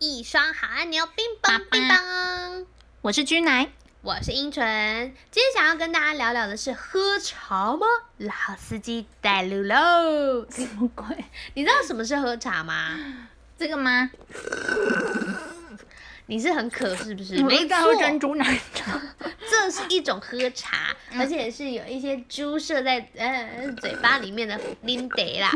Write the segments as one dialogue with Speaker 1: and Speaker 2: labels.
Speaker 1: 一双好按钮，冰棒冰棒。
Speaker 2: 我是居奶，
Speaker 1: 我是英纯，今天想要跟大家聊聊的是喝茶吗？老司机带路喽！
Speaker 2: 什么鬼？
Speaker 1: 你知道什么是喝茶吗？
Speaker 2: 这个吗？
Speaker 1: 你是很渴是不是？
Speaker 2: 我
Speaker 1: 没
Speaker 2: 是在喝
Speaker 1: 错，
Speaker 2: 珍珠奶茶。
Speaker 1: 这是一种喝茶，
Speaker 2: 嗯
Speaker 1: 而且是有一些猪射在呃嘴巴里面的拎得 啦。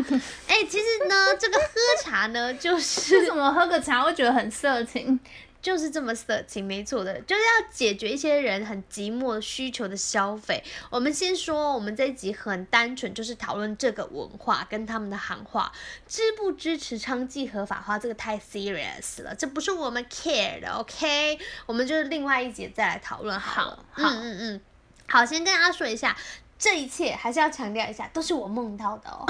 Speaker 1: 哎、其实呢，这个喝茶呢，就是
Speaker 2: 为什么喝个茶会觉得很色情？
Speaker 1: 就是这么色情，没错的，就是要解决一些人很寂寞需求的消费。我们先说，我们这一集很单纯，就是讨论这个文化跟他们的行话，支不支持娼妓合法化，这个太 serious 了，这不是我们 care 的，OK？我们就是另外一节再来讨论好了。
Speaker 2: 好好
Speaker 1: 嗯嗯嗯，好，先跟大家说一下，这一切还是要强调一下，都是我梦到的 哦，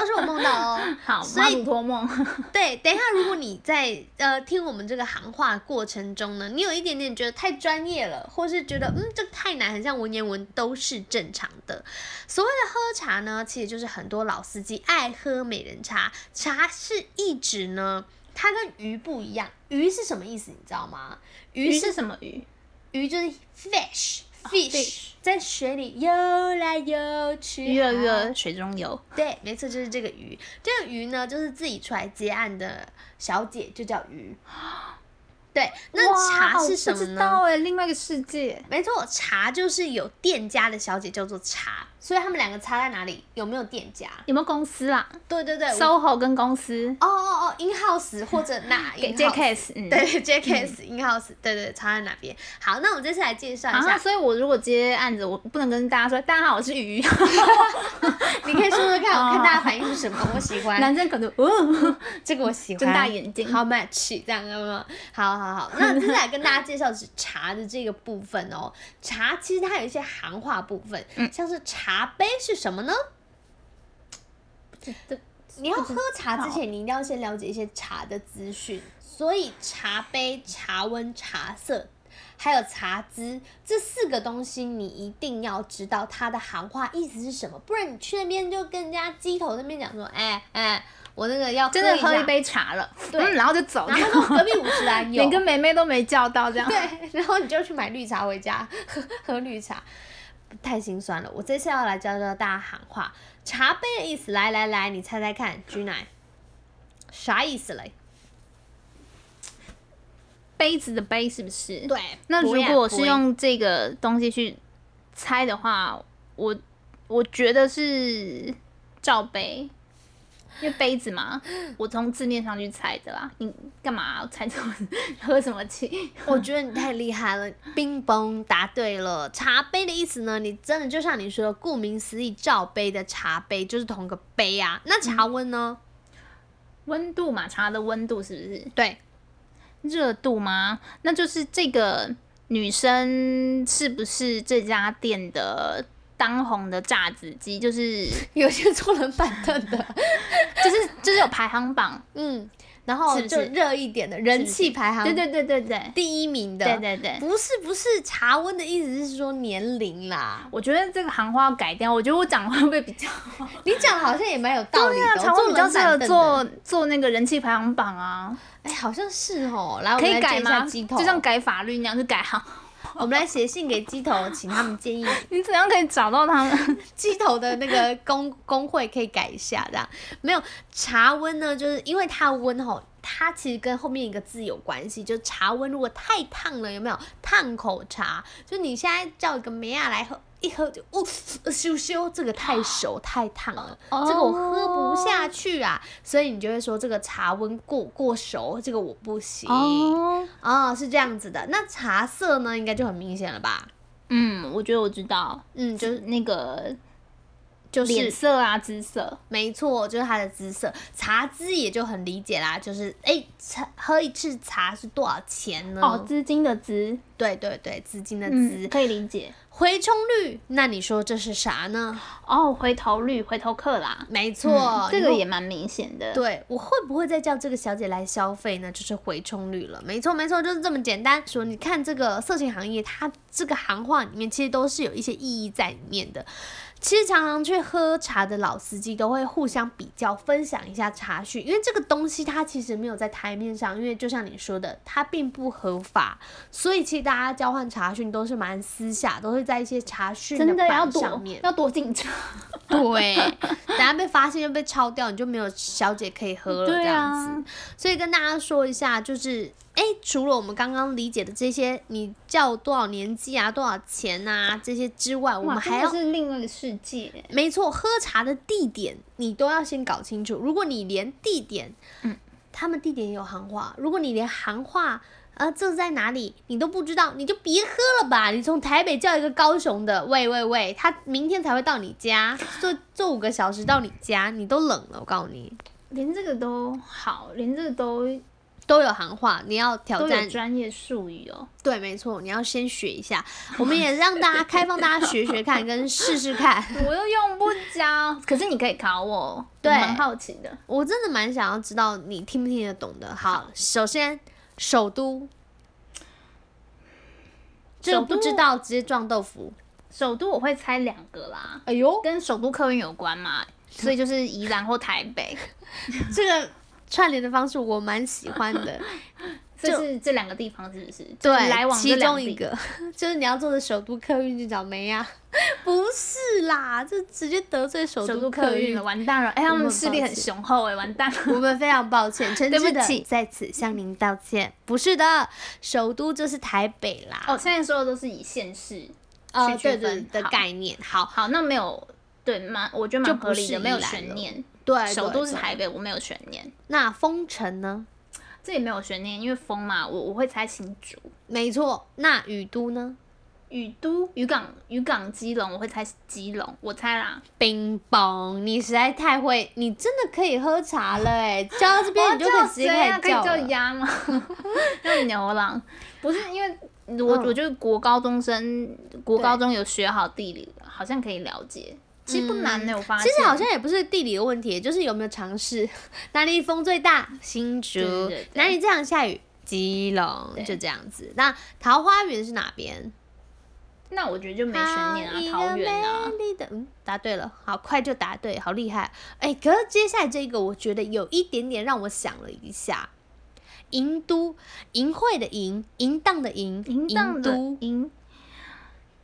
Speaker 1: 都是我梦到哦。
Speaker 2: 好，
Speaker 1: 所以
Speaker 2: 马祖托梦。
Speaker 1: 对，等一下，如果你在呃听我们这个行话过程中呢，你有一点点觉得太专业了，或是觉得嗯这个太难，很像文言文，都是正常的。所谓的喝茶呢，其实就是很多老司机爱喝美人茶，茶是一指呢。它跟鱼不一样，鱼是什么意思？你知道吗？鱼
Speaker 2: 鱼
Speaker 1: 是
Speaker 2: 是什么鱼？
Speaker 1: 鱼就是 fish fish，、
Speaker 2: fish
Speaker 1: 在水里游来游去，
Speaker 2: 月
Speaker 1: 好
Speaker 2: 月水中游。
Speaker 1: 对，没错，就是这个鱼。这个鱼呢，就是自己出来接案的小姐，就叫鱼。对，那茶是什么
Speaker 2: 我不知道
Speaker 1: 呢？
Speaker 2: 哎，另外一个世界。
Speaker 1: 没错，茶就是有店家的小姐叫做茶，所以他们两个差在哪里？有没有店家？
Speaker 2: 有没有公司啦
Speaker 1: 对对对，我
Speaker 2: ？SOHO 跟公司
Speaker 1: 哦哦哦，in house 或 者哪
Speaker 2: 给
Speaker 1: in house？
Speaker 2: JKS。嗯。
Speaker 1: 对，JKS in house，对对，差在哪边？好，那我们这次来介绍一
Speaker 2: 啊，
Speaker 1: 下，
Speaker 2: 所以我如果接案子，我不能跟大家说，大家好，我是鱼。
Speaker 1: 你可以说说看，我看
Speaker 2: 哦
Speaker 1: 大家反应是什么，我喜 欢。
Speaker 2: 男生可能， 哦，
Speaker 1: 这个我喜欢，
Speaker 2: 睁大眼睛
Speaker 1: 好 match 这样有没有？ 好好好，那接下来跟大家介绍是茶的这个部分 哦。茶其实它有一些行话部分，像是茶杯是什么呢？
Speaker 2: 这
Speaker 1: 你要喝茶之前，你一定要先了解一些茶的资讯，所以茶杯、茶温、茶色。还有茶资这四个东西，你一定要知道它的行话意思是什么，不然你去那边就跟人家鸡头那边讲说，哎、哎、我那个要
Speaker 2: 真的
Speaker 1: 一
Speaker 2: 喝
Speaker 1: 下
Speaker 2: 一杯茶了，
Speaker 1: 对
Speaker 2: 嗯然后就走掉
Speaker 1: 然。后说隔壁五十兰 有，
Speaker 2: 连跟妹妹都没叫到，这样。
Speaker 1: 对，然后你就去买绿茶回家喝喝绿茶，太心酸了。我这次要来教教大家喊话，茶杯的意思，来来来，你猜猜看，居奶啥意思嘞？
Speaker 2: 杯子的杯是不是？。
Speaker 1: 对，
Speaker 2: 那
Speaker 1: 不
Speaker 2: 如
Speaker 1: 要
Speaker 2: 果我是
Speaker 1: 不要
Speaker 2: 用这个东西去猜的话，我我觉得是罩杯，因为杯 子嘛，我从字面上去猜的啦。你干嘛、猜这种 喝什么气？
Speaker 1: 我觉得你太厉害了，冰崩答对了。茶杯的意思呢，你真的就像你说的，顾名思义，罩杯的茶杯就是同个杯啊。那茶
Speaker 2: 嗯
Speaker 1: 温呢？
Speaker 2: 温度嘛，茶的温度是不是？
Speaker 1: 对，
Speaker 2: 热度吗？那就是这个女生是不是这家店的当红的榨汁机？就是
Speaker 1: 有些坐冷板凳的，
Speaker 2: 就是就是有排行榜，
Speaker 1: 嗯，然后
Speaker 2: 是不
Speaker 1: 就是热一点的人气排行
Speaker 2: 对对对对对
Speaker 1: 第一名的，
Speaker 2: 对对对。
Speaker 1: 不是不是，茶温的意思是说年龄 啦。
Speaker 2: 我觉得这个行话要改掉，我觉得我讲话会不会比较
Speaker 1: 你讲的好像也蛮有 道理的
Speaker 2: 对啊，
Speaker 1: 哦，
Speaker 2: 常温比较适
Speaker 1: 坐冷
Speaker 2: 合
Speaker 1: 板凳的。
Speaker 2: 做做那个人气排行榜啊，
Speaker 1: 哎，好像是哦。来，我
Speaker 2: 可
Speaker 1: 们
Speaker 2: 以
Speaker 1: 来
Speaker 2: 改
Speaker 1: 见一下
Speaker 2: 吗？
Speaker 1: 鸡头，
Speaker 2: 就像改法律那样去改行，
Speaker 1: 我们来写信给鸡头，请他们建议
Speaker 2: 你怎样可以找到他们？
Speaker 1: 鸡头的那个 工工会可以改一下，这样没有茶温呢，就是因为它温吼，它其实跟后面一个字有关系，就茶温如果太烫了，有没有烫口茶？就你现在叫一个梅亚来喝。一喝就呜、 咻咻，这个太熟太烫了，
Speaker 2: 哦
Speaker 1: 这个我喝不下去啊，所以你就会说这个茶温过过熟，这个我不行
Speaker 2: 哦，
Speaker 1: 哦，是这样子的。那茶色呢，应该就很明显了吧？
Speaker 2: 嗯，我觉得我知道，
Speaker 1: 嗯，就
Speaker 2: 就是是那个
Speaker 1: 就是
Speaker 2: 脸色啊、姿色，
Speaker 1: 没错，就是它的姿色。茶资也就很理解啦，就是哎，茶喝一次茶是多少钱呢？
Speaker 2: 哦，资金的资，
Speaker 1: 对对对，资金的资。
Speaker 2: 嗯，可以理解。
Speaker 1: 回冲率，那你说这是啥呢？
Speaker 2: 哦，回头率、回头客啦，
Speaker 1: 没错，
Speaker 2: 嗯这
Speaker 1: 你
Speaker 2: 个
Speaker 1: 会
Speaker 2: 也蛮明显的。
Speaker 1: 对我会不会再叫这个小姐来消费呢？就是回冲率了，没错没错，就是这么简单。说你看这个色情行业，它这个行话里面其实都是有一些意义在里面的。其实常常去喝茶的老司机都会互相比较，分享一下茶叙，因为这个东西它其实没有在台面上，因为就像你说的，它并不合法，所以其实大家交换茶讯都是蛮私下，都是在一些茶讯
Speaker 2: 真的
Speaker 1: 板
Speaker 2: 要
Speaker 1: 上
Speaker 2: 多
Speaker 1: 面
Speaker 2: 要多进场。
Speaker 1: 对，等下被发现就被抄掉，你就没有小姐可以喝了这
Speaker 2: 对
Speaker 1: 样
Speaker 2: 啊
Speaker 1: 子。所以跟大家说一下，就是哎、诶除了我们刚刚理解的这些，你叫多少年纪啊、多少钱啊这些之外，我
Speaker 2: 哇，
Speaker 1: 们
Speaker 2: 真
Speaker 1: 还
Speaker 2: 的
Speaker 1: 要
Speaker 2: 是另外一个世界。
Speaker 1: 没错，喝茶的地点你都要先搞清楚。如果你连地点，
Speaker 2: 嗯，
Speaker 1: 他们地点也有行话，如果你连行话。啊，这在哪里？你都不知道，你就别喝了吧。你从台北叫一个高雄的，喂喂喂，他明天才会到你家，坐坐五个小时到你家，你都冷了。我告诉你，
Speaker 2: 连这个都好，连这个都
Speaker 1: 都有行话，你要挑
Speaker 2: 都
Speaker 1: 战
Speaker 2: 有专业术语哦。
Speaker 1: 对，没错，你要先学一下。我们也让大家开放大家学学看，跟试试看。
Speaker 2: 我又用不着，可是你可以考我，
Speaker 1: 对
Speaker 2: 我蛮好奇的。
Speaker 1: 我真的蛮想要知道你听不听得懂的。好，首先首都，这个
Speaker 2: 首
Speaker 1: 不
Speaker 2: 都
Speaker 1: 知道直接撞豆腐。
Speaker 2: 首都我会猜两个啦，
Speaker 1: 哎呦，
Speaker 2: 跟首都客运有关嘛，所以就是宜兰或台 北，
Speaker 1: 这个串联的方式我蛮喜欢 的。
Speaker 2: 所以是这两个地方是不是？就
Speaker 1: 对
Speaker 2: 是，来往
Speaker 1: 其
Speaker 2: 这两
Speaker 1: 中一
Speaker 2: 地
Speaker 1: 个 就是你要坐的首都客运去找梅呀、不是啦，这直接得罪首
Speaker 2: 首
Speaker 1: 都
Speaker 2: 都
Speaker 1: 客
Speaker 2: 客
Speaker 1: 运
Speaker 2: 运了，。完蛋了！哎、他
Speaker 1: 我
Speaker 2: 们
Speaker 1: 们
Speaker 2: 势力
Speaker 1: 抱
Speaker 2: 很
Speaker 1: 歉
Speaker 2: 雄厚哎、完蛋了。
Speaker 1: 我们非常抱歉，诚
Speaker 2: 对不
Speaker 1: 挚的
Speaker 2: 起
Speaker 1: 在此向您道歉。不是的，首都就是台北啦。
Speaker 2: 哦，现在说的都是以县市，
Speaker 1: 呃，
Speaker 2: 区
Speaker 1: 对
Speaker 2: 区
Speaker 1: 对
Speaker 2: 分
Speaker 1: 的
Speaker 2: 好
Speaker 1: 概念。好，
Speaker 2: 好，那没有对蛮，我觉得
Speaker 1: 就
Speaker 2: 蛮
Speaker 1: 不
Speaker 2: 合理
Speaker 1: 是
Speaker 2: 的，没有
Speaker 1: 宜兰
Speaker 2: 悬
Speaker 1: 了
Speaker 2: 念。
Speaker 1: 对，
Speaker 2: 首
Speaker 1: 对
Speaker 2: 都是
Speaker 1: 对
Speaker 2: 台北，我没有悬念，
Speaker 1: 那封城呢？
Speaker 2: 这也没有悬念，因为风嘛，我我会猜新竹。
Speaker 1: 没错，那雨都呢？
Speaker 2: 雨都、渔港、渔港、基隆，我会猜基隆，我猜啦。
Speaker 1: 冰雹，你实在太会，你真的可以喝茶了 哎！叫到这边你就可以直接
Speaker 2: 谁
Speaker 1: 开
Speaker 2: 啊
Speaker 1: 始
Speaker 2: 可以
Speaker 1: 叫
Speaker 2: 叫
Speaker 1: 了。
Speaker 2: 鸭吗？ 叫牛郎？不是，因为我、
Speaker 1: 嗯
Speaker 2: 我觉得国高中生国高中有学好地理，好像可以了解，其实不难欸呢、我发
Speaker 1: 嗯
Speaker 2: 现。
Speaker 1: 其实好像也不是地理的问题，就是有没有尝 试哪里风最大，新竹；
Speaker 2: 对对对
Speaker 1: 哪里这样下雨，基隆，就这样子。那桃花源是哪边？
Speaker 2: 那我觉得就没悬念啊
Speaker 1: 一，个
Speaker 2: 桃园啊
Speaker 1: 美，丽的，嗯，答对了，好快就答对，好厉害！哎，可是接下来这个，我觉得有一点点让我想了一下，银都，淫秽的淫，淫荡的淫，
Speaker 2: 淫荡的
Speaker 1: 都，
Speaker 2: 淫，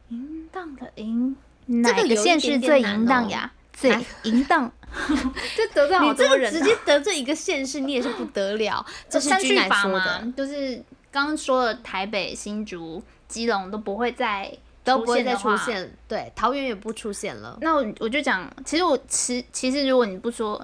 Speaker 2: 淫荡的淫，
Speaker 1: 这
Speaker 2: 哪
Speaker 1: 个有一
Speaker 2: 个县市
Speaker 1: 点点
Speaker 2: 最
Speaker 1: 难
Speaker 2: 淫荡
Speaker 1: 哦
Speaker 2: 呀？最淫荡，这得罪好
Speaker 1: 你这
Speaker 2: 多
Speaker 1: 个
Speaker 2: 人、
Speaker 1: 直接得罪一个县市，你也是不得了。这是
Speaker 2: 三
Speaker 1: 君
Speaker 2: 句
Speaker 1: 来
Speaker 2: 法
Speaker 1: 说
Speaker 2: 嘛
Speaker 1: 的，，
Speaker 2: 就是刚刚说的台北、新竹、基隆都不会再
Speaker 1: 都不会
Speaker 2: 现的
Speaker 1: 再出
Speaker 2: 话。
Speaker 1: 现，对，桃园也不出现了。
Speaker 2: 那我我就讲，其实我其其实如果你不说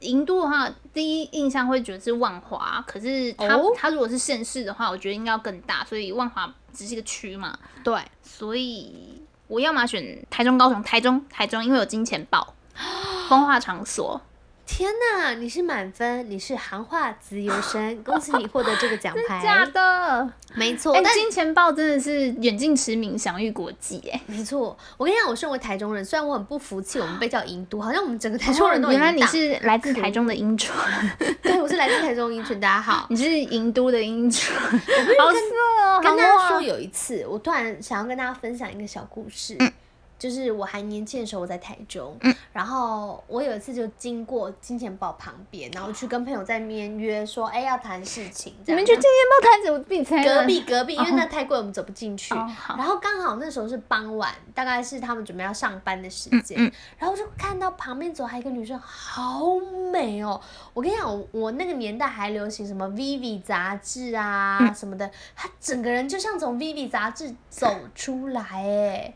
Speaker 2: 银都的话，第一印象会觉得是万华，可是它、
Speaker 1: 哦
Speaker 2: 它如果是县市的话，我觉得应该要更大，所以万华只是一个区嘛，
Speaker 1: 对，
Speaker 2: 所以我要么选台中、高雄、台中、台中，因为有金钱 豹。风化场所，
Speaker 1: 天哪，你是满分，你是行话自由生，恭喜你获得这个奖
Speaker 2: 假
Speaker 1: 牌。
Speaker 2: 的！
Speaker 1: 没错，
Speaker 2: 哎、
Speaker 1: 哦但
Speaker 2: 金钱豹真的是远近驰名，享誉国际哎、
Speaker 1: 没错，我跟你讲，我身为台中人，虽然我很不服气，我们被叫银都，好像我们整个台中人都、
Speaker 2: 哦
Speaker 1: 很
Speaker 2: 原来你
Speaker 1: 淫荡
Speaker 2: 是来自台中的英川，
Speaker 1: 对，我是来自台中银群，大家好。
Speaker 2: 你是银都的英川，好色 哦，
Speaker 1: 跟大
Speaker 2: 好
Speaker 1: 家
Speaker 2: 哇
Speaker 1: 说，有一次，我突然想要跟大家分享一个小故事，
Speaker 2: 嗯
Speaker 1: 就是我还年轻的时候，我在台中，然后我有一次就经过金钱豹旁边，然后去跟朋友在那边约说，哎，要谈事情，这样
Speaker 2: 你们去金钱豹摊子，我必猜
Speaker 1: 隔壁隔壁，因为那太贵，我们走不进去。
Speaker 2: 哦好
Speaker 1: 然后刚好那时候是傍晚，大概是他们准备要上班的
Speaker 2: 嗯
Speaker 1: 时间。然后我就看到旁边走还有一个女生，好美哦！我跟你讲，我我那个年代还流行什么 Vivi 杂志啊、
Speaker 2: 嗯
Speaker 1: 什么的，她整个人就像从 Vivi 杂志走出来，哎，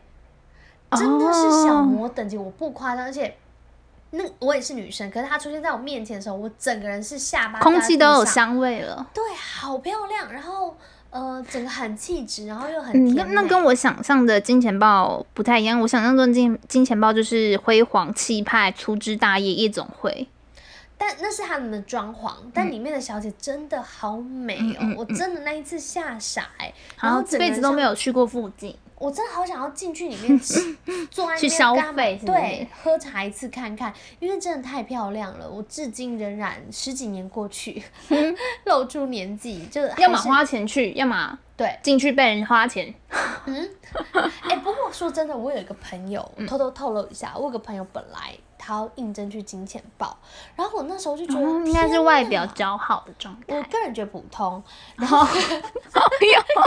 Speaker 1: 真的是
Speaker 2: 哦
Speaker 1: 小魔等级，我不夸张，而且。那我也是女生，可是她出现在我面前的时候，我整个人是下巴
Speaker 2: 空
Speaker 1: 搭
Speaker 2: 气
Speaker 1: 地
Speaker 2: 都有
Speaker 1: 上
Speaker 2: 香味了。
Speaker 1: 对，好漂亮，然后呃，整个很气质，然后又很
Speaker 2: 嗯，
Speaker 1: 甜
Speaker 2: 那
Speaker 1: 美。
Speaker 2: 那跟我想象的金钱豹不太一样。我想象中的金金钱豹就是辉煌气派、粗枝大叶、夜总会。
Speaker 1: 但那是他们的装潢，但
Speaker 2: 嗯
Speaker 1: 里面的小姐真的好美哦，我真的那一次吓傻哎、
Speaker 2: 然后
Speaker 1: 后
Speaker 2: 嗯这
Speaker 1: 整
Speaker 2: 辈子都没
Speaker 1: 有，
Speaker 2: 有去过附近，
Speaker 1: 我真的好想要进去里面 吃坐在那
Speaker 2: 去
Speaker 1: 边
Speaker 2: 消
Speaker 1: 跟他们
Speaker 2: 费是不是
Speaker 1: 对，喝茶一次看看，因为真的太漂亮了。我至今仍然十几年过去， 露出年纪，就还
Speaker 2: 嗯要么
Speaker 1: 是
Speaker 2: 花钱去，要么
Speaker 1: 对。
Speaker 2: 进去被人花钱。
Speaker 1: 哎、不过说真的，我有一个朋友，
Speaker 2: 嗯
Speaker 1: 偷偷透露一下，我有个朋友本来他要应征去金钱豹，然后我那时候就觉得、
Speaker 2: 嗯应该是
Speaker 1: 哦天
Speaker 2: 外
Speaker 1: 哪
Speaker 2: 表哦姣好的状
Speaker 1: 我
Speaker 2: 态。
Speaker 1: 个人觉得普通，
Speaker 2: 然 后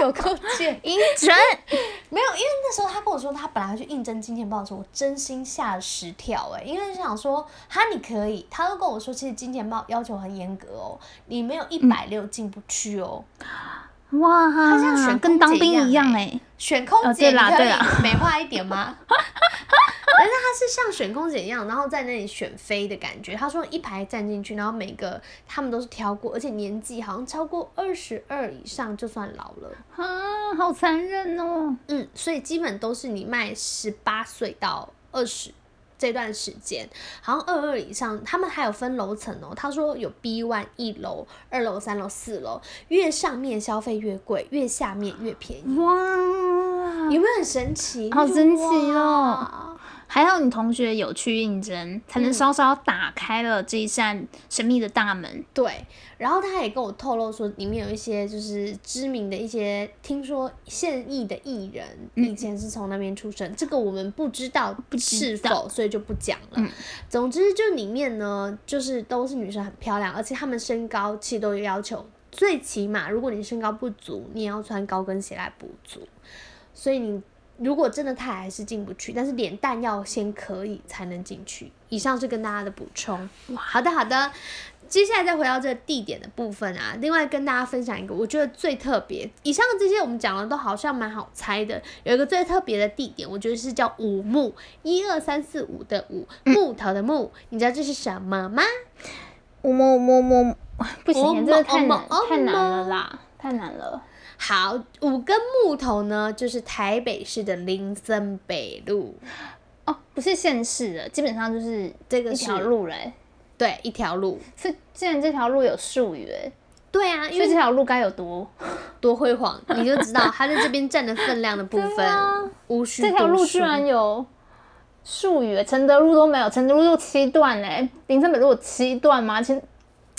Speaker 1: 有 够贱。
Speaker 2: 阴沉，
Speaker 1: 没有，因为那时候他跟我说他本来要去应征金钱豹的时候，我真心吓了十跳哎、因为想说哈你可以，他都跟我说其实金钱豹要求很严格哦，你没有一百六进不去哦。
Speaker 2: 哇，他
Speaker 1: 像选
Speaker 2: 跟
Speaker 1: 空
Speaker 2: 当
Speaker 1: 姐一
Speaker 2: 兵
Speaker 1: 样
Speaker 2: 一样
Speaker 1: 欸
Speaker 2: 哎、
Speaker 1: 选空
Speaker 2: 哦
Speaker 1: 姐，
Speaker 2: 对
Speaker 1: 你
Speaker 2: 啦
Speaker 1: 可
Speaker 2: 对
Speaker 1: 以
Speaker 2: 啦
Speaker 1: 美化一点吗？ 而是他是像选空姐一样，然后在那里选妃的感觉。他说一排站进去，然后每个他们都是挑过，而且年纪好像超过二十二以上就算老了。
Speaker 2: 啊，好残忍哦！
Speaker 1: 嗯，所以基本都是你卖十八岁到二十这段时间，好像二二以上，他们还有分楼层哦。他说有 B one 一楼、二楼、三楼、四楼，越上面消费越贵，越下面越便宜。
Speaker 2: 哇，
Speaker 1: 有没有很神奇？
Speaker 2: 好
Speaker 1: 就
Speaker 2: 神奇
Speaker 1: 哇
Speaker 2: 哦！还好你同学有去应征，才能稍稍打开了这一扇神秘的大门。
Speaker 1: 对，然后他也跟我透露说，里面有一些就是知名的一些，听说现役的艺人
Speaker 2: 嗯
Speaker 1: 以前是从那边出生，这个我们不知道
Speaker 2: 知
Speaker 1: 是
Speaker 2: 道嗯
Speaker 1: 否，所以就不讲了。总之，就里面呢，就是都是女生很漂亮，而且她们身高其实都有要求，最起码如果你身高不足，你也要穿高跟鞋来补足。所以你如果真的太矮是进不去，但是脸蛋要先可以才能进去。以上是跟大家的补充。好的，好的。接下来再回到这个地点的部分啊，另外跟大家分享一个，我觉得最特别。以上这些我们讲的都好像蛮好猜的，有一个最特别的地点，我觉得是叫五木，一二三四五的五，
Speaker 2: 嗯
Speaker 1: 木头的木。你知道这是什么吗？
Speaker 2: 我摸我摸摸，不
Speaker 1: 我摸
Speaker 2: 行，这个太
Speaker 1: 我
Speaker 2: 难
Speaker 1: 摸我摸
Speaker 2: 太难了啦，太难了。
Speaker 1: 好，五根木头呢，就是台北市的林森北路，
Speaker 2: 哦，不是县市的，基本上就是
Speaker 1: 这
Speaker 2: 一
Speaker 1: 个是
Speaker 2: 条路嘞。
Speaker 1: 对一条路。
Speaker 2: 这既然这条路有术语哎，
Speaker 1: 对啊，因
Speaker 2: 所以
Speaker 1: 为
Speaker 2: 这条路该有多
Speaker 1: 多辉煌，你就知道它在这边占的分量的部
Speaker 2: 对
Speaker 1: 分，
Speaker 2: 啊
Speaker 1: 无需
Speaker 2: 这条
Speaker 1: 多
Speaker 2: 路
Speaker 1: 说
Speaker 2: 居然有术语，承德路都没有，承德路就七段嘞、林森北路有七段吗？其实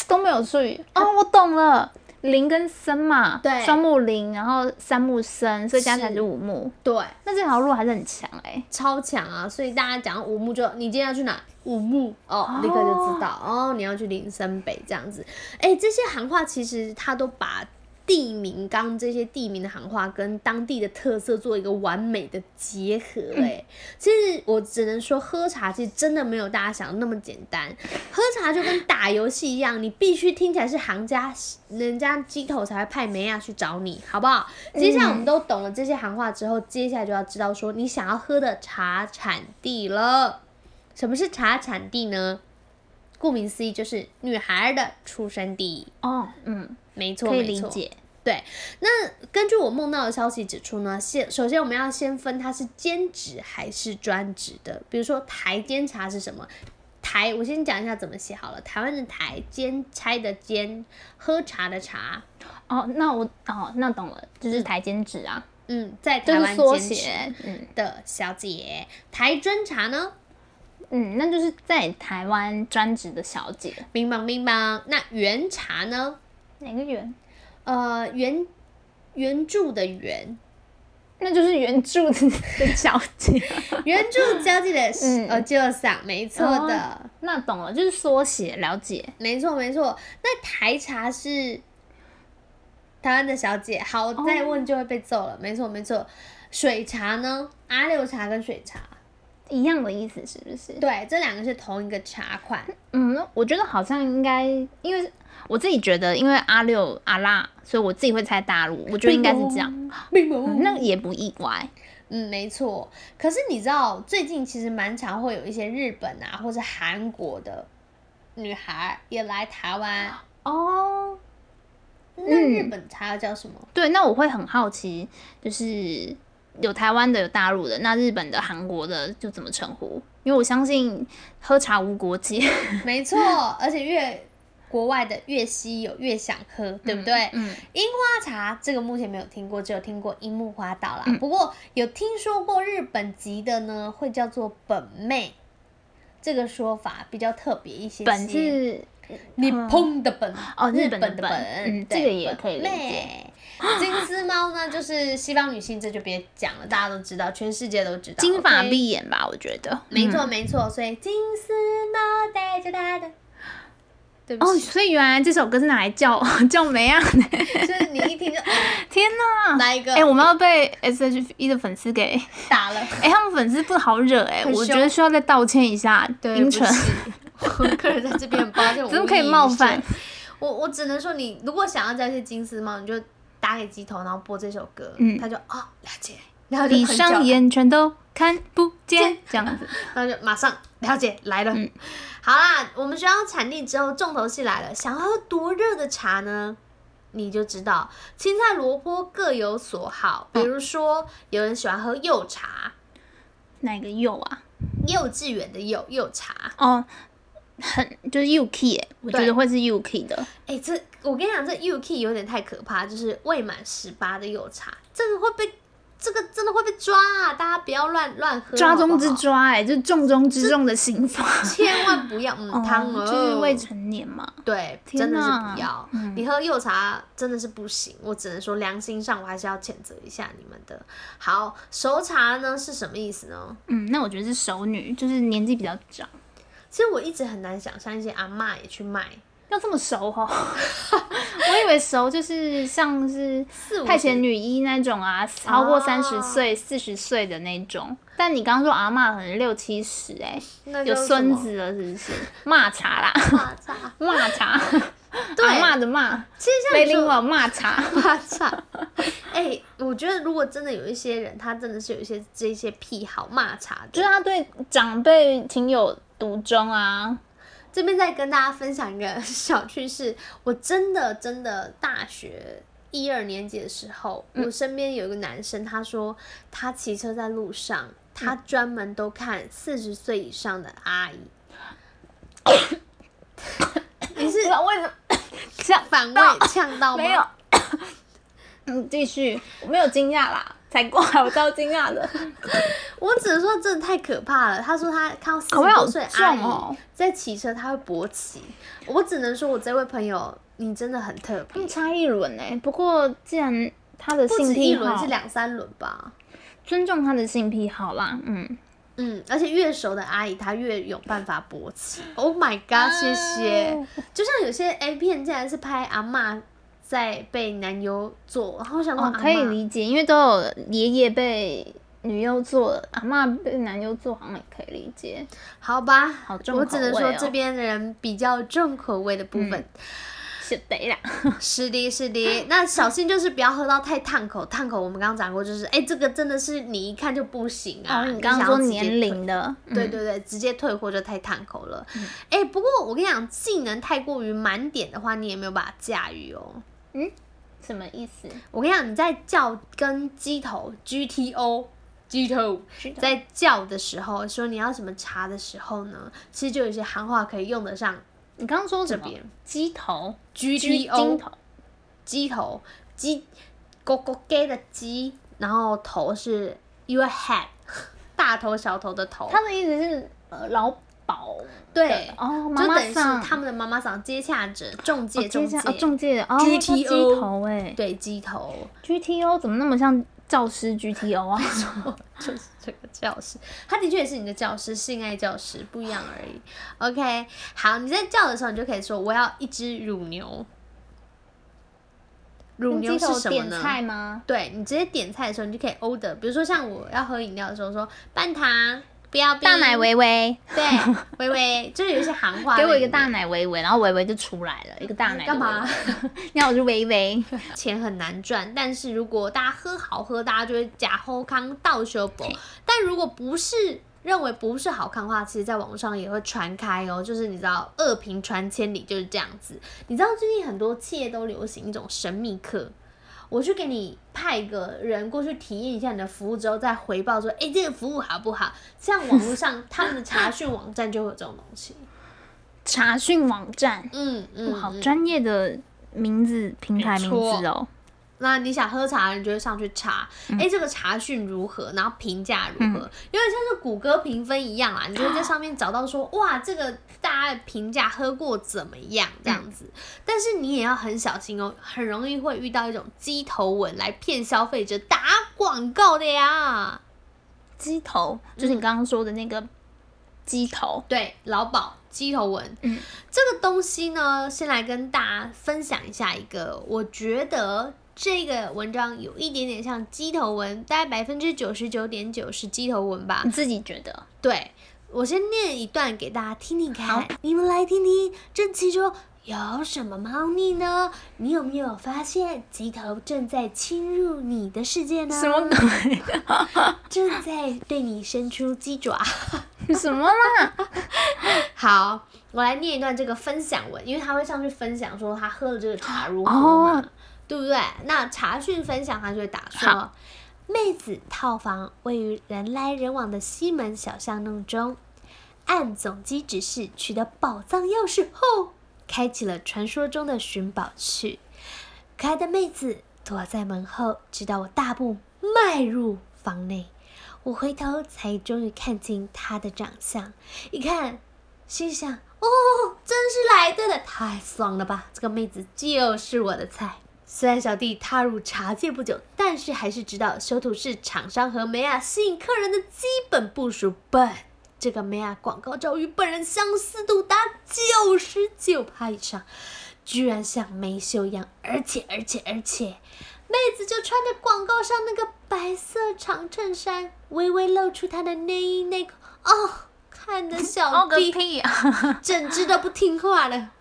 Speaker 2: 都没有术语。哦，我懂了，林跟森嘛，
Speaker 1: 对
Speaker 2: 双木林，然后三木森，所以加起来
Speaker 1: 是
Speaker 2: 是五木。
Speaker 1: 对
Speaker 2: 那这条路还是很强哎、
Speaker 1: 超强啊！所以大家讲到五木就你今天要去哪？五木哦，立刻就知道哦你要去林森北这样子。哎，这些行话其实它都把地名刚这些地名的行话跟当地的特色做一个完美的结合。哎、其实我只能说喝茶其实真的没有大家想的那么简单，喝茶就跟打游戏一样，你必须听起来是行家，人家鸡头才会派梅亚去找你，好不好？接下来我们都懂了这些行话之后，接下来就要知道说你想要喝的茶产地了。什么是茶产地呢？顾名思义，就是女孩的出生地。
Speaker 2: 哦，嗯，
Speaker 1: 没错，
Speaker 2: 可以
Speaker 1: 没
Speaker 2: 理
Speaker 1: 错
Speaker 2: 解。
Speaker 1: 对，那根据我梦到的消息指出呢，先首先我们要先分它是兼职还是专职的。比如说台监察是什么？台，我先讲一下怎么写好了。台湾的台，兼差的兼，喝茶的茶，
Speaker 2: 哦，那我哦，那懂了，就是台监职啊，
Speaker 1: 嗯，在台
Speaker 2: 就是
Speaker 1: 湾
Speaker 2: 缩
Speaker 1: 兼职
Speaker 2: 写，嗯
Speaker 1: 的小姐。台专茶呢？
Speaker 2: 嗯，那就是在台湾专职的小姐，
Speaker 1: 乒乓乒乓。那原茶呢？
Speaker 2: 哪个园？
Speaker 1: 呃，原原著的原，
Speaker 2: 那就是原住的的小姐。啊
Speaker 1: 原著交际的
Speaker 2: 嗯
Speaker 1: 呃就赏，没错的。
Speaker 2: 哦那懂了，就是缩写，了解。
Speaker 1: 没错没错，那台茶是台湾的小姐，好，我再问就会被揍了。没错没错，水茶呢？阿六茶跟水茶，
Speaker 2: 一样的意思是不是？
Speaker 1: 对，这两个是同一个茶款。
Speaker 2: 嗯，我觉得好像应该，因为我自己觉得，因为阿六阿拉，所以我自己会猜大陆，我觉得应该是这样，
Speaker 1: 并没有
Speaker 2: 嗯那也不意外。
Speaker 1: 嗯，没错。可是你知道，最近其实蛮常会有一些日本啊，或是韩国的女孩也来台湾。
Speaker 2: 哦，
Speaker 1: 那日本茶要叫什么？
Speaker 2: 对，那我会很好奇，就是有台湾的，有大陆的，那日本的、韩国的就怎么称呼？因为我相信喝茶无国界，
Speaker 1: 没错，而且越国外的越稀有越想喝，对不对？
Speaker 2: 嗯，
Speaker 1: 樱花茶这个目前没有听过，只有听过樱木花道啦。
Speaker 2: 嗯
Speaker 1: 不过有听说过日本籍的呢，会叫做本妹，这个说法比较特别一些些。
Speaker 2: 本是
Speaker 1: 你碰的本
Speaker 2: 哦日
Speaker 1: 本
Speaker 2: 本的本嗯
Speaker 1: 对
Speaker 2: 这个也可以理
Speaker 1: 本
Speaker 2: 解
Speaker 1: 妹金丝猫呢，就是西方女性，这就别讲了，大家都知道，全世界都知道。
Speaker 2: 金发
Speaker 1: OK？
Speaker 2: 碧眼吧，我觉得
Speaker 1: 没
Speaker 2: 嗯
Speaker 1: 错没错，所以金丝猫带着它的，对不
Speaker 2: 哦，
Speaker 1: 起，
Speaker 2: 所以原来这首歌是拿来叫 叫梅啊的！
Speaker 1: 就是你一听 就哦
Speaker 2: 天哪！
Speaker 1: 来一个
Speaker 2: 哎、我们要被 S H E 的粉丝给
Speaker 1: 打了。
Speaker 2: 哎、他们粉丝不好惹哎、
Speaker 1: 很
Speaker 2: 我
Speaker 1: 凶
Speaker 2: 觉得需要再道歉一下。
Speaker 1: 对
Speaker 2: 英
Speaker 1: 不
Speaker 2: 纯，
Speaker 1: 起， 我个人在这边很抱歉，我
Speaker 2: 怎么可以
Speaker 1: 无意
Speaker 2: 冒
Speaker 1: 之
Speaker 2: 犯？
Speaker 1: 我我只能说你，如果想要再去金丝猫，你就打给鸡头，然后播这首歌，
Speaker 2: 嗯
Speaker 1: 他就哦了解，然后就
Speaker 2: 闭
Speaker 1: 很焦
Speaker 2: 上眼全都看不见，这样子。
Speaker 1: 然后就马上了解来了。
Speaker 2: 嗯
Speaker 1: 好啦，我们学校产地之后，重头戏来了，想要喝多热的茶呢？你就知道青菜萝卜各有所好，
Speaker 2: 哦
Speaker 1: 比如说有人喜欢喝柚茶，
Speaker 2: 哪个柚啊？
Speaker 1: 幼稚园的柚柚茶，
Speaker 2: 哦，很就是 U K 哎、我觉
Speaker 1: 对
Speaker 2: 得会是 U K 的。
Speaker 1: 哎、这我跟你讲，这 UK 有点太可怕，就是未满十八的柚茶，这个会被这个真的会被抓啊！大家不要乱乱喝，
Speaker 2: 抓
Speaker 1: 好
Speaker 2: 中
Speaker 1: 不
Speaker 2: 之
Speaker 1: 好，
Speaker 2: 抓哎、就是重中之重的刑罚。
Speaker 1: 千万不要，嗯，汤
Speaker 2: 哦
Speaker 1: 哦，
Speaker 2: 就是未成年嘛。
Speaker 1: 对，
Speaker 2: 天
Speaker 1: 真的是
Speaker 2: 哪
Speaker 1: 不要。
Speaker 2: 嗯
Speaker 1: 你喝柚茶真的是不行，我只能说良心上我还是要谴责一下你们的。好，熟茶呢是什么意思呢？
Speaker 2: 嗯，那我觉得是熟女，就是年纪比较长，
Speaker 1: 其实我一直很难想象一些阿嬷也去卖
Speaker 2: 要这么熟哦。 我以为熟就是像是
Speaker 1: 四五
Speaker 2: 派
Speaker 1: 十
Speaker 2: 遣女医那种啊，超过三十岁、四十岁的那种。但你刚刚说阿嬷可能六七十哎、
Speaker 1: 那叫
Speaker 2: 有
Speaker 1: 什
Speaker 2: 孙
Speaker 1: 么
Speaker 2: 子了是 不是？骂茶 啦，
Speaker 1: 抹茶，
Speaker 2: 骂茶，
Speaker 1: 对
Speaker 2: 阿嬷的骂，
Speaker 1: 其实像
Speaker 2: 被
Speaker 1: 你说
Speaker 2: 另外骂茶。
Speaker 1: 夸张。 哎、我觉得如果真的有一些人，他真的是有一些这些癖好骂茶
Speaker 2: 就是
Speaker 1: 的。
Speaker 2: 他对啊长辈情有独钟啊，
Speaker 1: 这边再跟大家分享一个小趣事，我真的真的大学。一二年级的时候，
Speaker 2: 嗯
Speaker 1: 我身边有一个男生，他说他骑车在路上，
Speaker 2: 嗯
Speaker 1: 他专门都看四十岁以上的阿姨。
Speaker 2: 你是为什么像
Speaker 1: 反胃呛到吗？
Speaker 2: 没有？ 嗯，继续，我没有惊讶啦，才过来我超惊讶的。
Speaker 1: 我只能说真的太可怕了。他说他看到四十
Speaker 2: 口味好
Speaker 1: 多岁的阿
Speaker 2: 重哦
Speaker 1: 姨在骑车，他会勃起。我只能说，我这位朋友你真的很特别
Speaker 2: 嗯，。差一轮哎、不过既然他的
Speaker 1: 不
Speaker 2: 性
Speaker 1: 止
Speaker 2: 癖
Speaker 1: 一
Speaker 2: 好，
Speaker 1: 轮是两三轮吧。
Speaker 2: 尊重他的性癖好啦，嗯，
Speaker 1: 嗯，而且越熟的阿姨，她越有办法勃起。Oh my
Speaker 2: 啊
Speaker 1: god！谢谢。就像有些 A 片竟然是拍阿嬷在被男优做，然后我想说
Speaker 2: 哦，
Speaker 1: 阿
Speaker 2: 可以
Speaker 1: 嬷
Speaker 2: 理解，因为都有爷爷被女优做，阿嬷被男优做，好像也可以理解。
Speaker 1: 好吧，
Speaker 2: 好重
Speaker 1: 我只能
Speaker 2: 口味
Speaker 1: 说
Speaker 2: 哦
Speaker 1: 这边的人比较重口味的部分。
Speaker 2: 是的啦，
Speaker 1: 是的，是
Speaker 2: 嗯
Speaker 1: 的。那小心就是不要喝到太烫口，烫口我们刚刚讲过，就是哎、这个真的是你一看就不行啊。
Speaker 2: 哦，你 刚刚
Speaker 1: 想要
Speaker 2: 说
Speaker 1: 直接退
Speaker 2: 年，龄的，
Speaker 1: 对
Speaker 2: 嗯，
Speaker 1: 对对，直接退货就太烫口了。哎、不过我跟你讲，技能太过于满点的话，你也没有把它驾驭哦。
Speaker 2: 什么意思？
Speaker 1: 我跟你讲，你在叫跟鸡头 GTO。鸡头在叫的时候，说你要什么茶的时候呢，其实就有一些行话可以用得上
Speaker 2: 你刚刚说什么
Speaker 1: 边？
Speaker 2: 鸡头，鸡金
Speaker 1: GTO
Speaker 2: 头，
Speaker 1: 鸡头，鸡狗狗鸡的鸡，然后头是 your head，大头小头的头。
Speaker 2: 他的意思是呃劳保的，
Speaker 1: 对
Speaker 2: 哦，妈
Speaker 1: 就
Speaker 2: 妈
Speaker 1: 等于是
Speaker 2: 桑
Speaker 1: 他们的妈妈桑接洽者、中介、
Speaker 2: 哦接下哦
Speaker 1: 介、
Speaker 2: 中介哦，
Speaker 1: GTO
Speaker 2: 叫鸡头哎
Speaker 1: 对鸡头，
Speaker 2: ，GTO 怎么那么像教师 GTO 啊？
Speaker 1: 就是这个教师，他的确也是你的教师，性爱教师不一样而已。OK，好，你在叫的时候，你就可以说我要一只乳牛。 乳牛
Speaker 2: 鸡
Speaker 1: 是
Speaker 2: 头
Speaker 1: 什么
Speaker 2: 点
Speaker 1: 呢？
Speaker 2: 菜吗？
Speaker 1: 对你直接点菜的时候，你就可以 order，比如说像我要喝饮料的时候说半糖，不要冰
Speaker 2: 大奶维维，
Speaker 1: 对，微微就是有一些行话，
Speaker 2: 给我一个大。奶维维，然后维维就出来了，一个大奶
Speaker 1: 干 嘛？
Speaker 2: 那我是维维，
Speaker 1: 钱很难赚，但是如果大家喝好喝，大家就会假后康倒修补。但如果不是认为不是好看的话，其实在网上也会传开哦，就是你知道恶评传千里就是这样子。你知道最近很多企业都流行一种神秘客。我去给你派一个人过去体验一下你的服务之后，再回报说，哎、这个服务好不好？像网络上他们的查询网站就会有这种东西。
Speaker 2: 查询网站，
Speaker 1: 嗯嗯，
Speaker 2: 好
Speaker 1: 嗯
Speaker 2: 专业的名字平台名
Speaker 1: 错
Speaker 2: 字哦。
Speaker 1: 那你想喝茶，你就会上去查，哎、这个查询如何，然后评价如何，有点像是谷歌评分一样啊啦。你就会在上面找到说，哇，这个大家评价喝过怎么样这样子。但是你也要很小心哦，很容易会遇到一种鸡头文来骗消费者打广告的呀。
Speaker 2: 鸡头就是
Speaker 1: 嗯
Speaker 2: 你刚刚说的那个鸡头，
Speaker 1: 对，劳保鸡头纹，
Speaker 2: 嗯
Speaker 1: 这个东西呢，先来跟大家分享一下一个，我觉得这个文章有一点点像鸡头纹，大概百分之九十九点九是鸡头纹吧
Speaker 2: 你。自己觉得？
Speaker 1: 对，我先念一段给大家听听看
Speaker 2: 好，
Speaker 1: 你们来听听，这其中有什么猫腻呢？你有没有发现鸡头正在侵入你的世界呢？
Speaker 2: 鬼？
Speaker 1: 正在对你伸出鸡爪。
Speaker 2: 什 么啦？
Speaker 1: 好，我来念一段这个分享文，因为他会上去分享说他喝了这个茶如何嘛，
Speaker 2: 哦
Speaker 1: 对不对？那查询分享他就会打说，妹子套房位于人来人往的西门小巷弄中，按总机指示取得宝藏钥匙后，开启了传说中的寻宝去。可爱的妹子躲在门后，直到我大步迈入房内，我回头才终于看清她的长相。一看，心想：哦，真是来对了，太爽了吧！这个妹子就是我的菜。虽然小弟踏入茶界不久，但是还是知道修图是厂商和美亚吸引客人的基本部署。本这个美亚广告照与本人相似度达九十九趴以上，居然像没修养，而且而且而且，妹子就穿着广告上那个白色长衬衫，微微露出她的内衣内裤。哦，看的小
Speaker 2: 哦个
Speaker 1: 弟
Speaker 2: 屁啊！
Speaker 1: 整只都不听话了。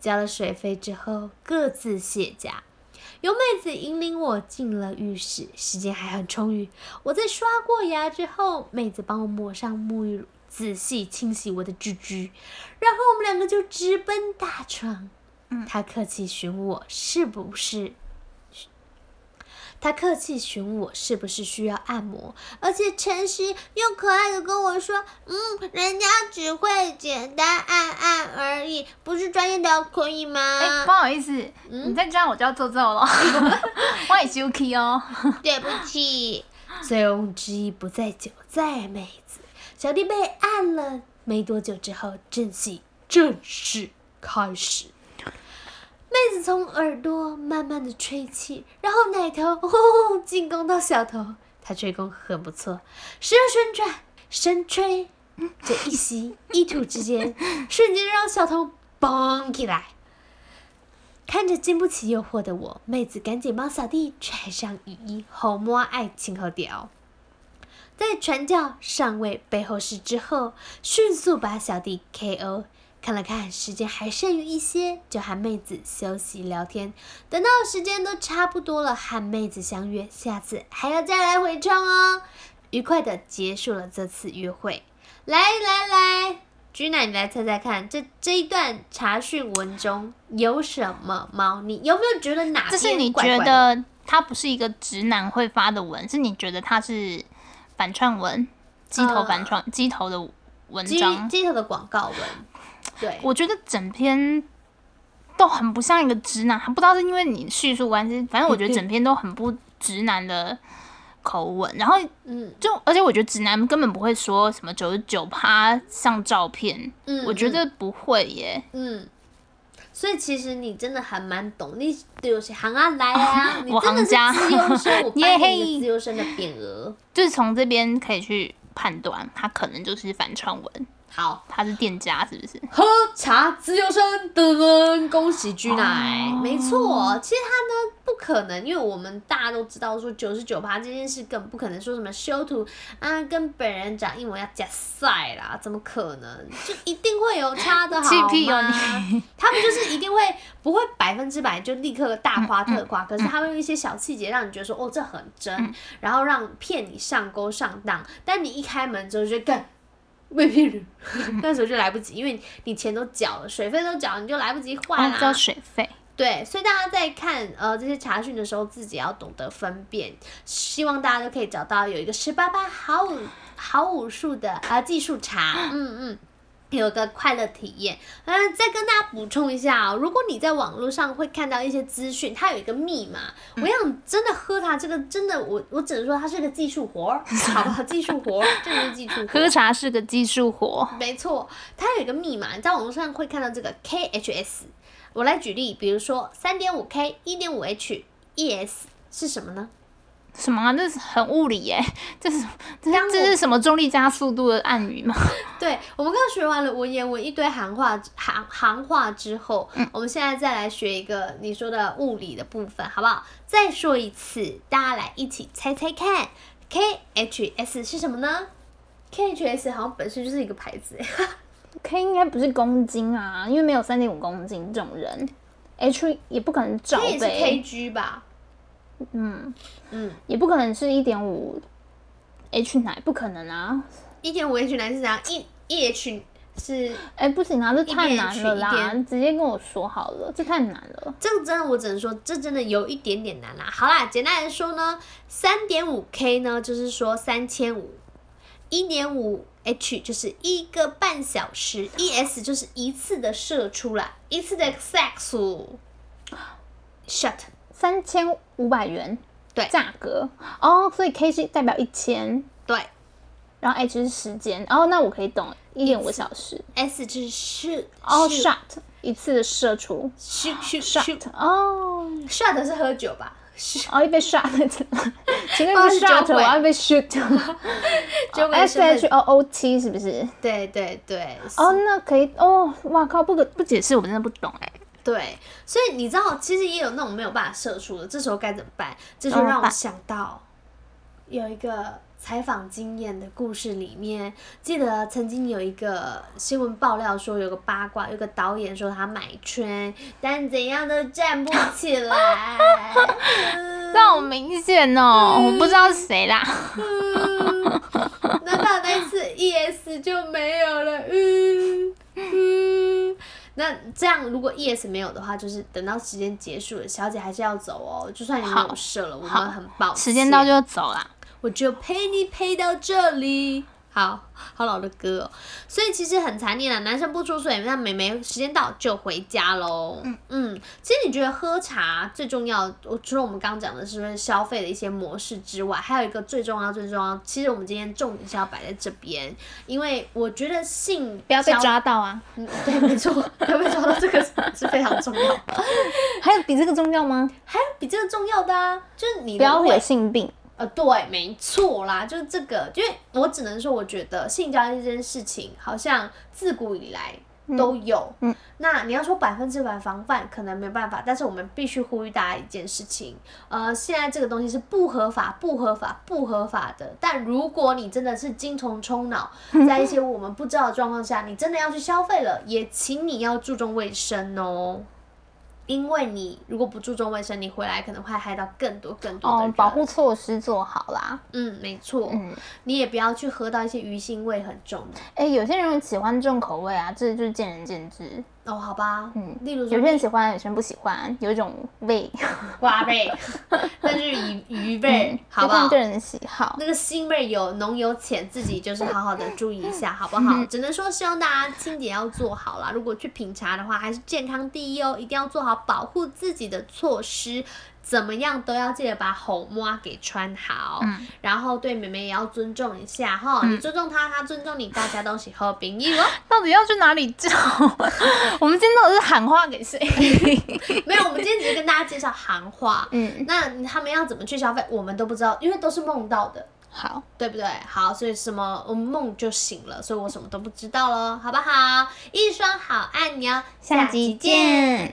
Speaker 1: 交了水费之后，各自卸甲。由妹子引领我进了浴室，时间还很充裕。我在刷过牙之后，妹子帮我抹上沐浴乳，仔细清洗我的居居，然后我们两个就直奔大床。
Speaker 2: 嗯
Speaker 1: 她客气询我是不是他客气询我是不是需要按摩，而且诚实又可爱的跟我说：“嗯，人家只会简单按按而已，不是专业的，可以吗？”
Speaker 2: 哎、不好意思，
Speaker 1: 嗯
Speaker 2: 你再这样我就要做揍了。 我也是 UK 哦。
Speaker 1: 对不起。醉翁之意不在酒，在妹子。小弟被按了没多久之后，正戏正式开始。妹子从耳朵慢慢的吹气，然后奶头哦进攻到小头，她吹功很不错，时而旋转，深吹，这一吸一吐之间，瞬间让小头蹦起来。看着经不起诱惑的我，妹子赶紧帮小弟穿上雨衣，后摸爱情后屌。在传教上位背后事之后，迅速把小弟 KO。看了看时间还剩余一些，就和妹子休息聊天。等到时间都差不多了，和妹子相约，下次还要再来回冲哦。愉快的结束了这次约会。来来来，居奶，你来猜猜看，这这一段查询文中有什么猫腻？有没有觉得哪
Speaker 2: 这是
Speaker 1: 边
Speaker 2: 你
Speaker 1: 啊怪
Speaker 2: 觉
Speaker 1: 怪的
Speaker 2: 得它不是一个直男会发的文，是你觉得它是反串文，鸡头反串、鸡头的文
Speaker 1: 鸡
Speaker 2: 章。
Speaker 1: 呃鸡头的广告文？对，
Speaker 2: 我觉得整篇都很不像一个直男，不知道是因为你叙述关系，反正我觉得整篇都很不直男的口吻。然后
Speaker 1: 嗯
Speaker 2: 就，而且我觉得直男根本不会说什么九十九趴像照片，
Speaker 1: 嗯，
Speaker 2: 我觉得不会耶。
Speaker 1: 嗯。所以其实你真的还蛮懂，你有些行啊来啊，你
Speaker 2: 我
Speaker 1: 真的
Speaker 2: 行
Speaker 1: 是
Speaker 2: 家
Speaker 1: 自由生， 我
Speaker 2: 耶
Speaker 1: 颁给你一
Speaker 2: 嘿
Speaker 1: 个自由生的匾额。
Speaker 2: 就是从这边可以去判断，他可能就是反串文，
Speaker 1: 好，
Speaker 2: 他是店家是不是？
Speaker 1: 喝茶自由生，噔噔，恭喜居奶，
Speaker 2: 哦
Speaker 1: 没错。其实他呢不可能，因为我们大家都知道说九十九趴这件事更不可能说什么修图啊，跟本人长一模一样假赛啦，怎么可能？就一定会有差 的好
Speaker 2: 气屁哦
Speaker 1: 吗？他们就是一定会不会百分之百就立刻大夸特夸，可是他会用一些小细节让你觉得说哦这很真，然后让骗你上钩上当，但你一开门之后就觉得干。被骗人，那时候就来不及，因为你你钱都缴了，水费都缴了，你就来不及换啊
Speaker 2: 哦，
Speaker 1: 啦、
Speaker 2: 交水费。
Speaker 1: 对，所以大家在看呃这些查询的时候，自己要懂得分辨。希望大家都可以找到有一个十八般好武好武术的啊、呃技术茶，嗯嗯，有个快乐体验。嗯，再跟大家补充一下哦，如果你在网络上会看到一些资讯，它有一个密码，我想真的喝它这个真的，我我只能说它是个技术活儿，好不好？技术活儿，真的是技术活
Speaker 2: 喝
Speaker 1: 儿。
Speaker 2: 茶是个技术活，
Speaker 1: 没错，它有一个密码，你在网络上会看到这个 KHS。我来举例，比如说三点五 K、一点五 H、ES 是什么呢？
Speaker 2: 什么、啊？这是很物理耶、 这是这
Speaker 1: 当我
Speaker 2: 是这是什么重力加速度的暗语 吗？
Speaker 1: 对，我们刚刚学完了文言文一堆行话行行话之后，我们现在再来学一个你说的物理的部分，好不好？再说一次，大家来一起猜猜看，KHS 是什么呢？KHS 好像本身就是一个牌 子，
Speaker 2: K 应该不是公斤啊，因为没有三点五公斤这种人。H 也不可能罩
Speaker 1: 这也是
Speaker 2: 杯，
Speaker 1: KG 吧？
Speaker 2: 嗯
Speaker 1: 嗯，
Speaker 2: 也不可能是一点五 H 奶，不可能啊！
Speaker 1: 一点五 H 男是怎样？E E H 是
Speaker 2: 哎、不行啊，这太难了
Speaker 1: 一边
Speaker 2: 啦！
Speaker 1: H，一
Speaker 2: 直接跟我说好了，这太难了。
Speaker 1: 这个真的，我只能说，这真的有一点点难啦。好啦，简单来说呢，三点五 K 呢，就是说三千五，一点五 H 就是一个半小时，ES 就是一次的射出啦，一次的 sex。Shut，
Speaker 2: 三千五百元，
Speaker 1: 对
Speaker 2: 价格哦，所以 K 是代表一千，
Speaker 1: 对
Speaker 2: 然后 H 是时间，哦，那我可以懂，一点五小时。
Speaker 1: ，S 就是 shoot，
Speaker 2: 哦
Speaker 1: shoot
Speaker 2: ，shot 一次的射出
Speaker 1: shoot shoot
Speaker 2: ，shot 哦
Speaker 1: shoot 是喝酒吧？
Speaker 2: 哦，一杯 shot，请 问
Speaker 1: 哦
Speaker 2: 一杯
Speaker 1: 是酒
Speaker 2: shot，我
Speaker 1: 鬼
Speaker 2: 要一杯 shoot。
Speaker 1: 酒鬼
Speaker 2: S
Speaker 1: 身份
Speaker 2: H O O T 是不是？
Speaker 1: 对对对，
Speaker 2: 哦，那可以哦。哇靠，不可不解释，我真的不懂哎、
Speaker 1: 对，所以你知道，其实也有那种没有办法射出的，这时候该怎么办？这就
Speaker 2: 怎么
Speaker 1: 让我
Speaker 2: 办
Speaker 1: 想到有一个采访经验的故事里面，记得曾经有一个新闻爆料说，有个八卦，有个导演说他买春，但怎样都站不起来。
Speaker 2: 这好明显哦，我不知道是谁啦。
Speaker 1: 嗯 难道那一次 ES 就没有了？嗯嗯。那这样，如果 ES 没有的话，就是等到时间结束了，小姐还是要走哦。就算你没有
Speaker 2: 好
Speaker 1: 射了，我
Speaker 2: 好
Speaker 1: 们很抱歉。
Speaker 2: 时间到，就走啦。
Speaker 1: 我就陪你陪到这里。好好老的歌哦，所以其实很残念啊，男生不出水，那妹妹时间到就回家喽。嗯其实你觉得喝茶最重要，我除了我们刚刚讲的是消费的一些模式之外，还有一个最重要最重要，其实我们今天重点是要摆在这边，因为我觉得性
Speaker 2: 不要被
Speaker 1: 消
Speaker 2: 抓到啊！
Speaker 1: 嗯， 对，没错，不要被抓到这个是非常重要，
Speaker 2: 还有比这个重要吗？
Speaker 1: 还有比这个重要的啊，就是你的
Speaker 2: 不要
Speaker 1: 胃
Speaker 2: 有性病。
Speaker 1: 呃，对，没错啦，就是这个，因为我只能说，我觉得性交易这件事情，好像自古以来都有。
Speaker 2: 嗯嗯
Speaker 1: 那你要说百分之百防范，可能没办法，但是我们必须呼吁大家一件事情，呃，现在这个东西是不合法、不合法、不合法的。但如果你真的是精虫充脑，
Speaker 2: 嗯
Speaker 1: 在一些我们不知道的状况下，你真的要去消费了，也请你要注重卫生哦。因为你如果不注重卫生，你回来可能会害到更多更多的人。
Speaker 2: 哦，保护措施做好啦。
Speaker 1: 嗯，没错，
Speaker 2: 嗯
Speaker 1: 你也不要去喝到一些鱼腥味很重的
Speaker 2: 哎、有些人喜欢重口味啊，这就是见仁见智。
Speaker 1: 哦，好吧，
Speaker 2: 嗯，
Speaker 1: 例如
Speaker 2: 有
Speaker 1: 说
Speaker 2: 些人喜欢，有些人不喜欢，有一种 味，
Speaker 1: 瓜贝， 那就是鱼鱼味，
Speaker 2: 嗯，
Speaker 1: 好不
Speaker 2: 就看
Speaker 1: 好？
Speaker 2: 个人的喜好。
Speaker 1: 那个腥味有浓有浅，自己就是好好的注意一下，
Speaker 2: 嗯
Speaker 1: 好不好？只能说希望大家清洁要做好啦。如果去品茶的话，还是健康第一哦，一定要做好保护自己的措施。怎么样都要记得把红抹给穿好，
Speaker 2: 嗯
Speaker 1: 然后对妹妹也要尊重一下哈，你尊重她，她尊重你，大家都是好朋友哦。
Speaker 2: 到底要去哪里找？ 我们今天到底是喊话给谁？
Speaker 1: 没有，我们今天只是跟大家介绍行话。
Speaker 2: 嗯，
Speaker 1: 那他们要怎么去消费，我们都不知道，因为都是梦到的，
Speaker 2: 好，
Speaker 1: 对不对？好，所以什么我们梦就醒了，所以我什么都不知道了，好不好？一双好按钮，
Speaker 2: 下集见。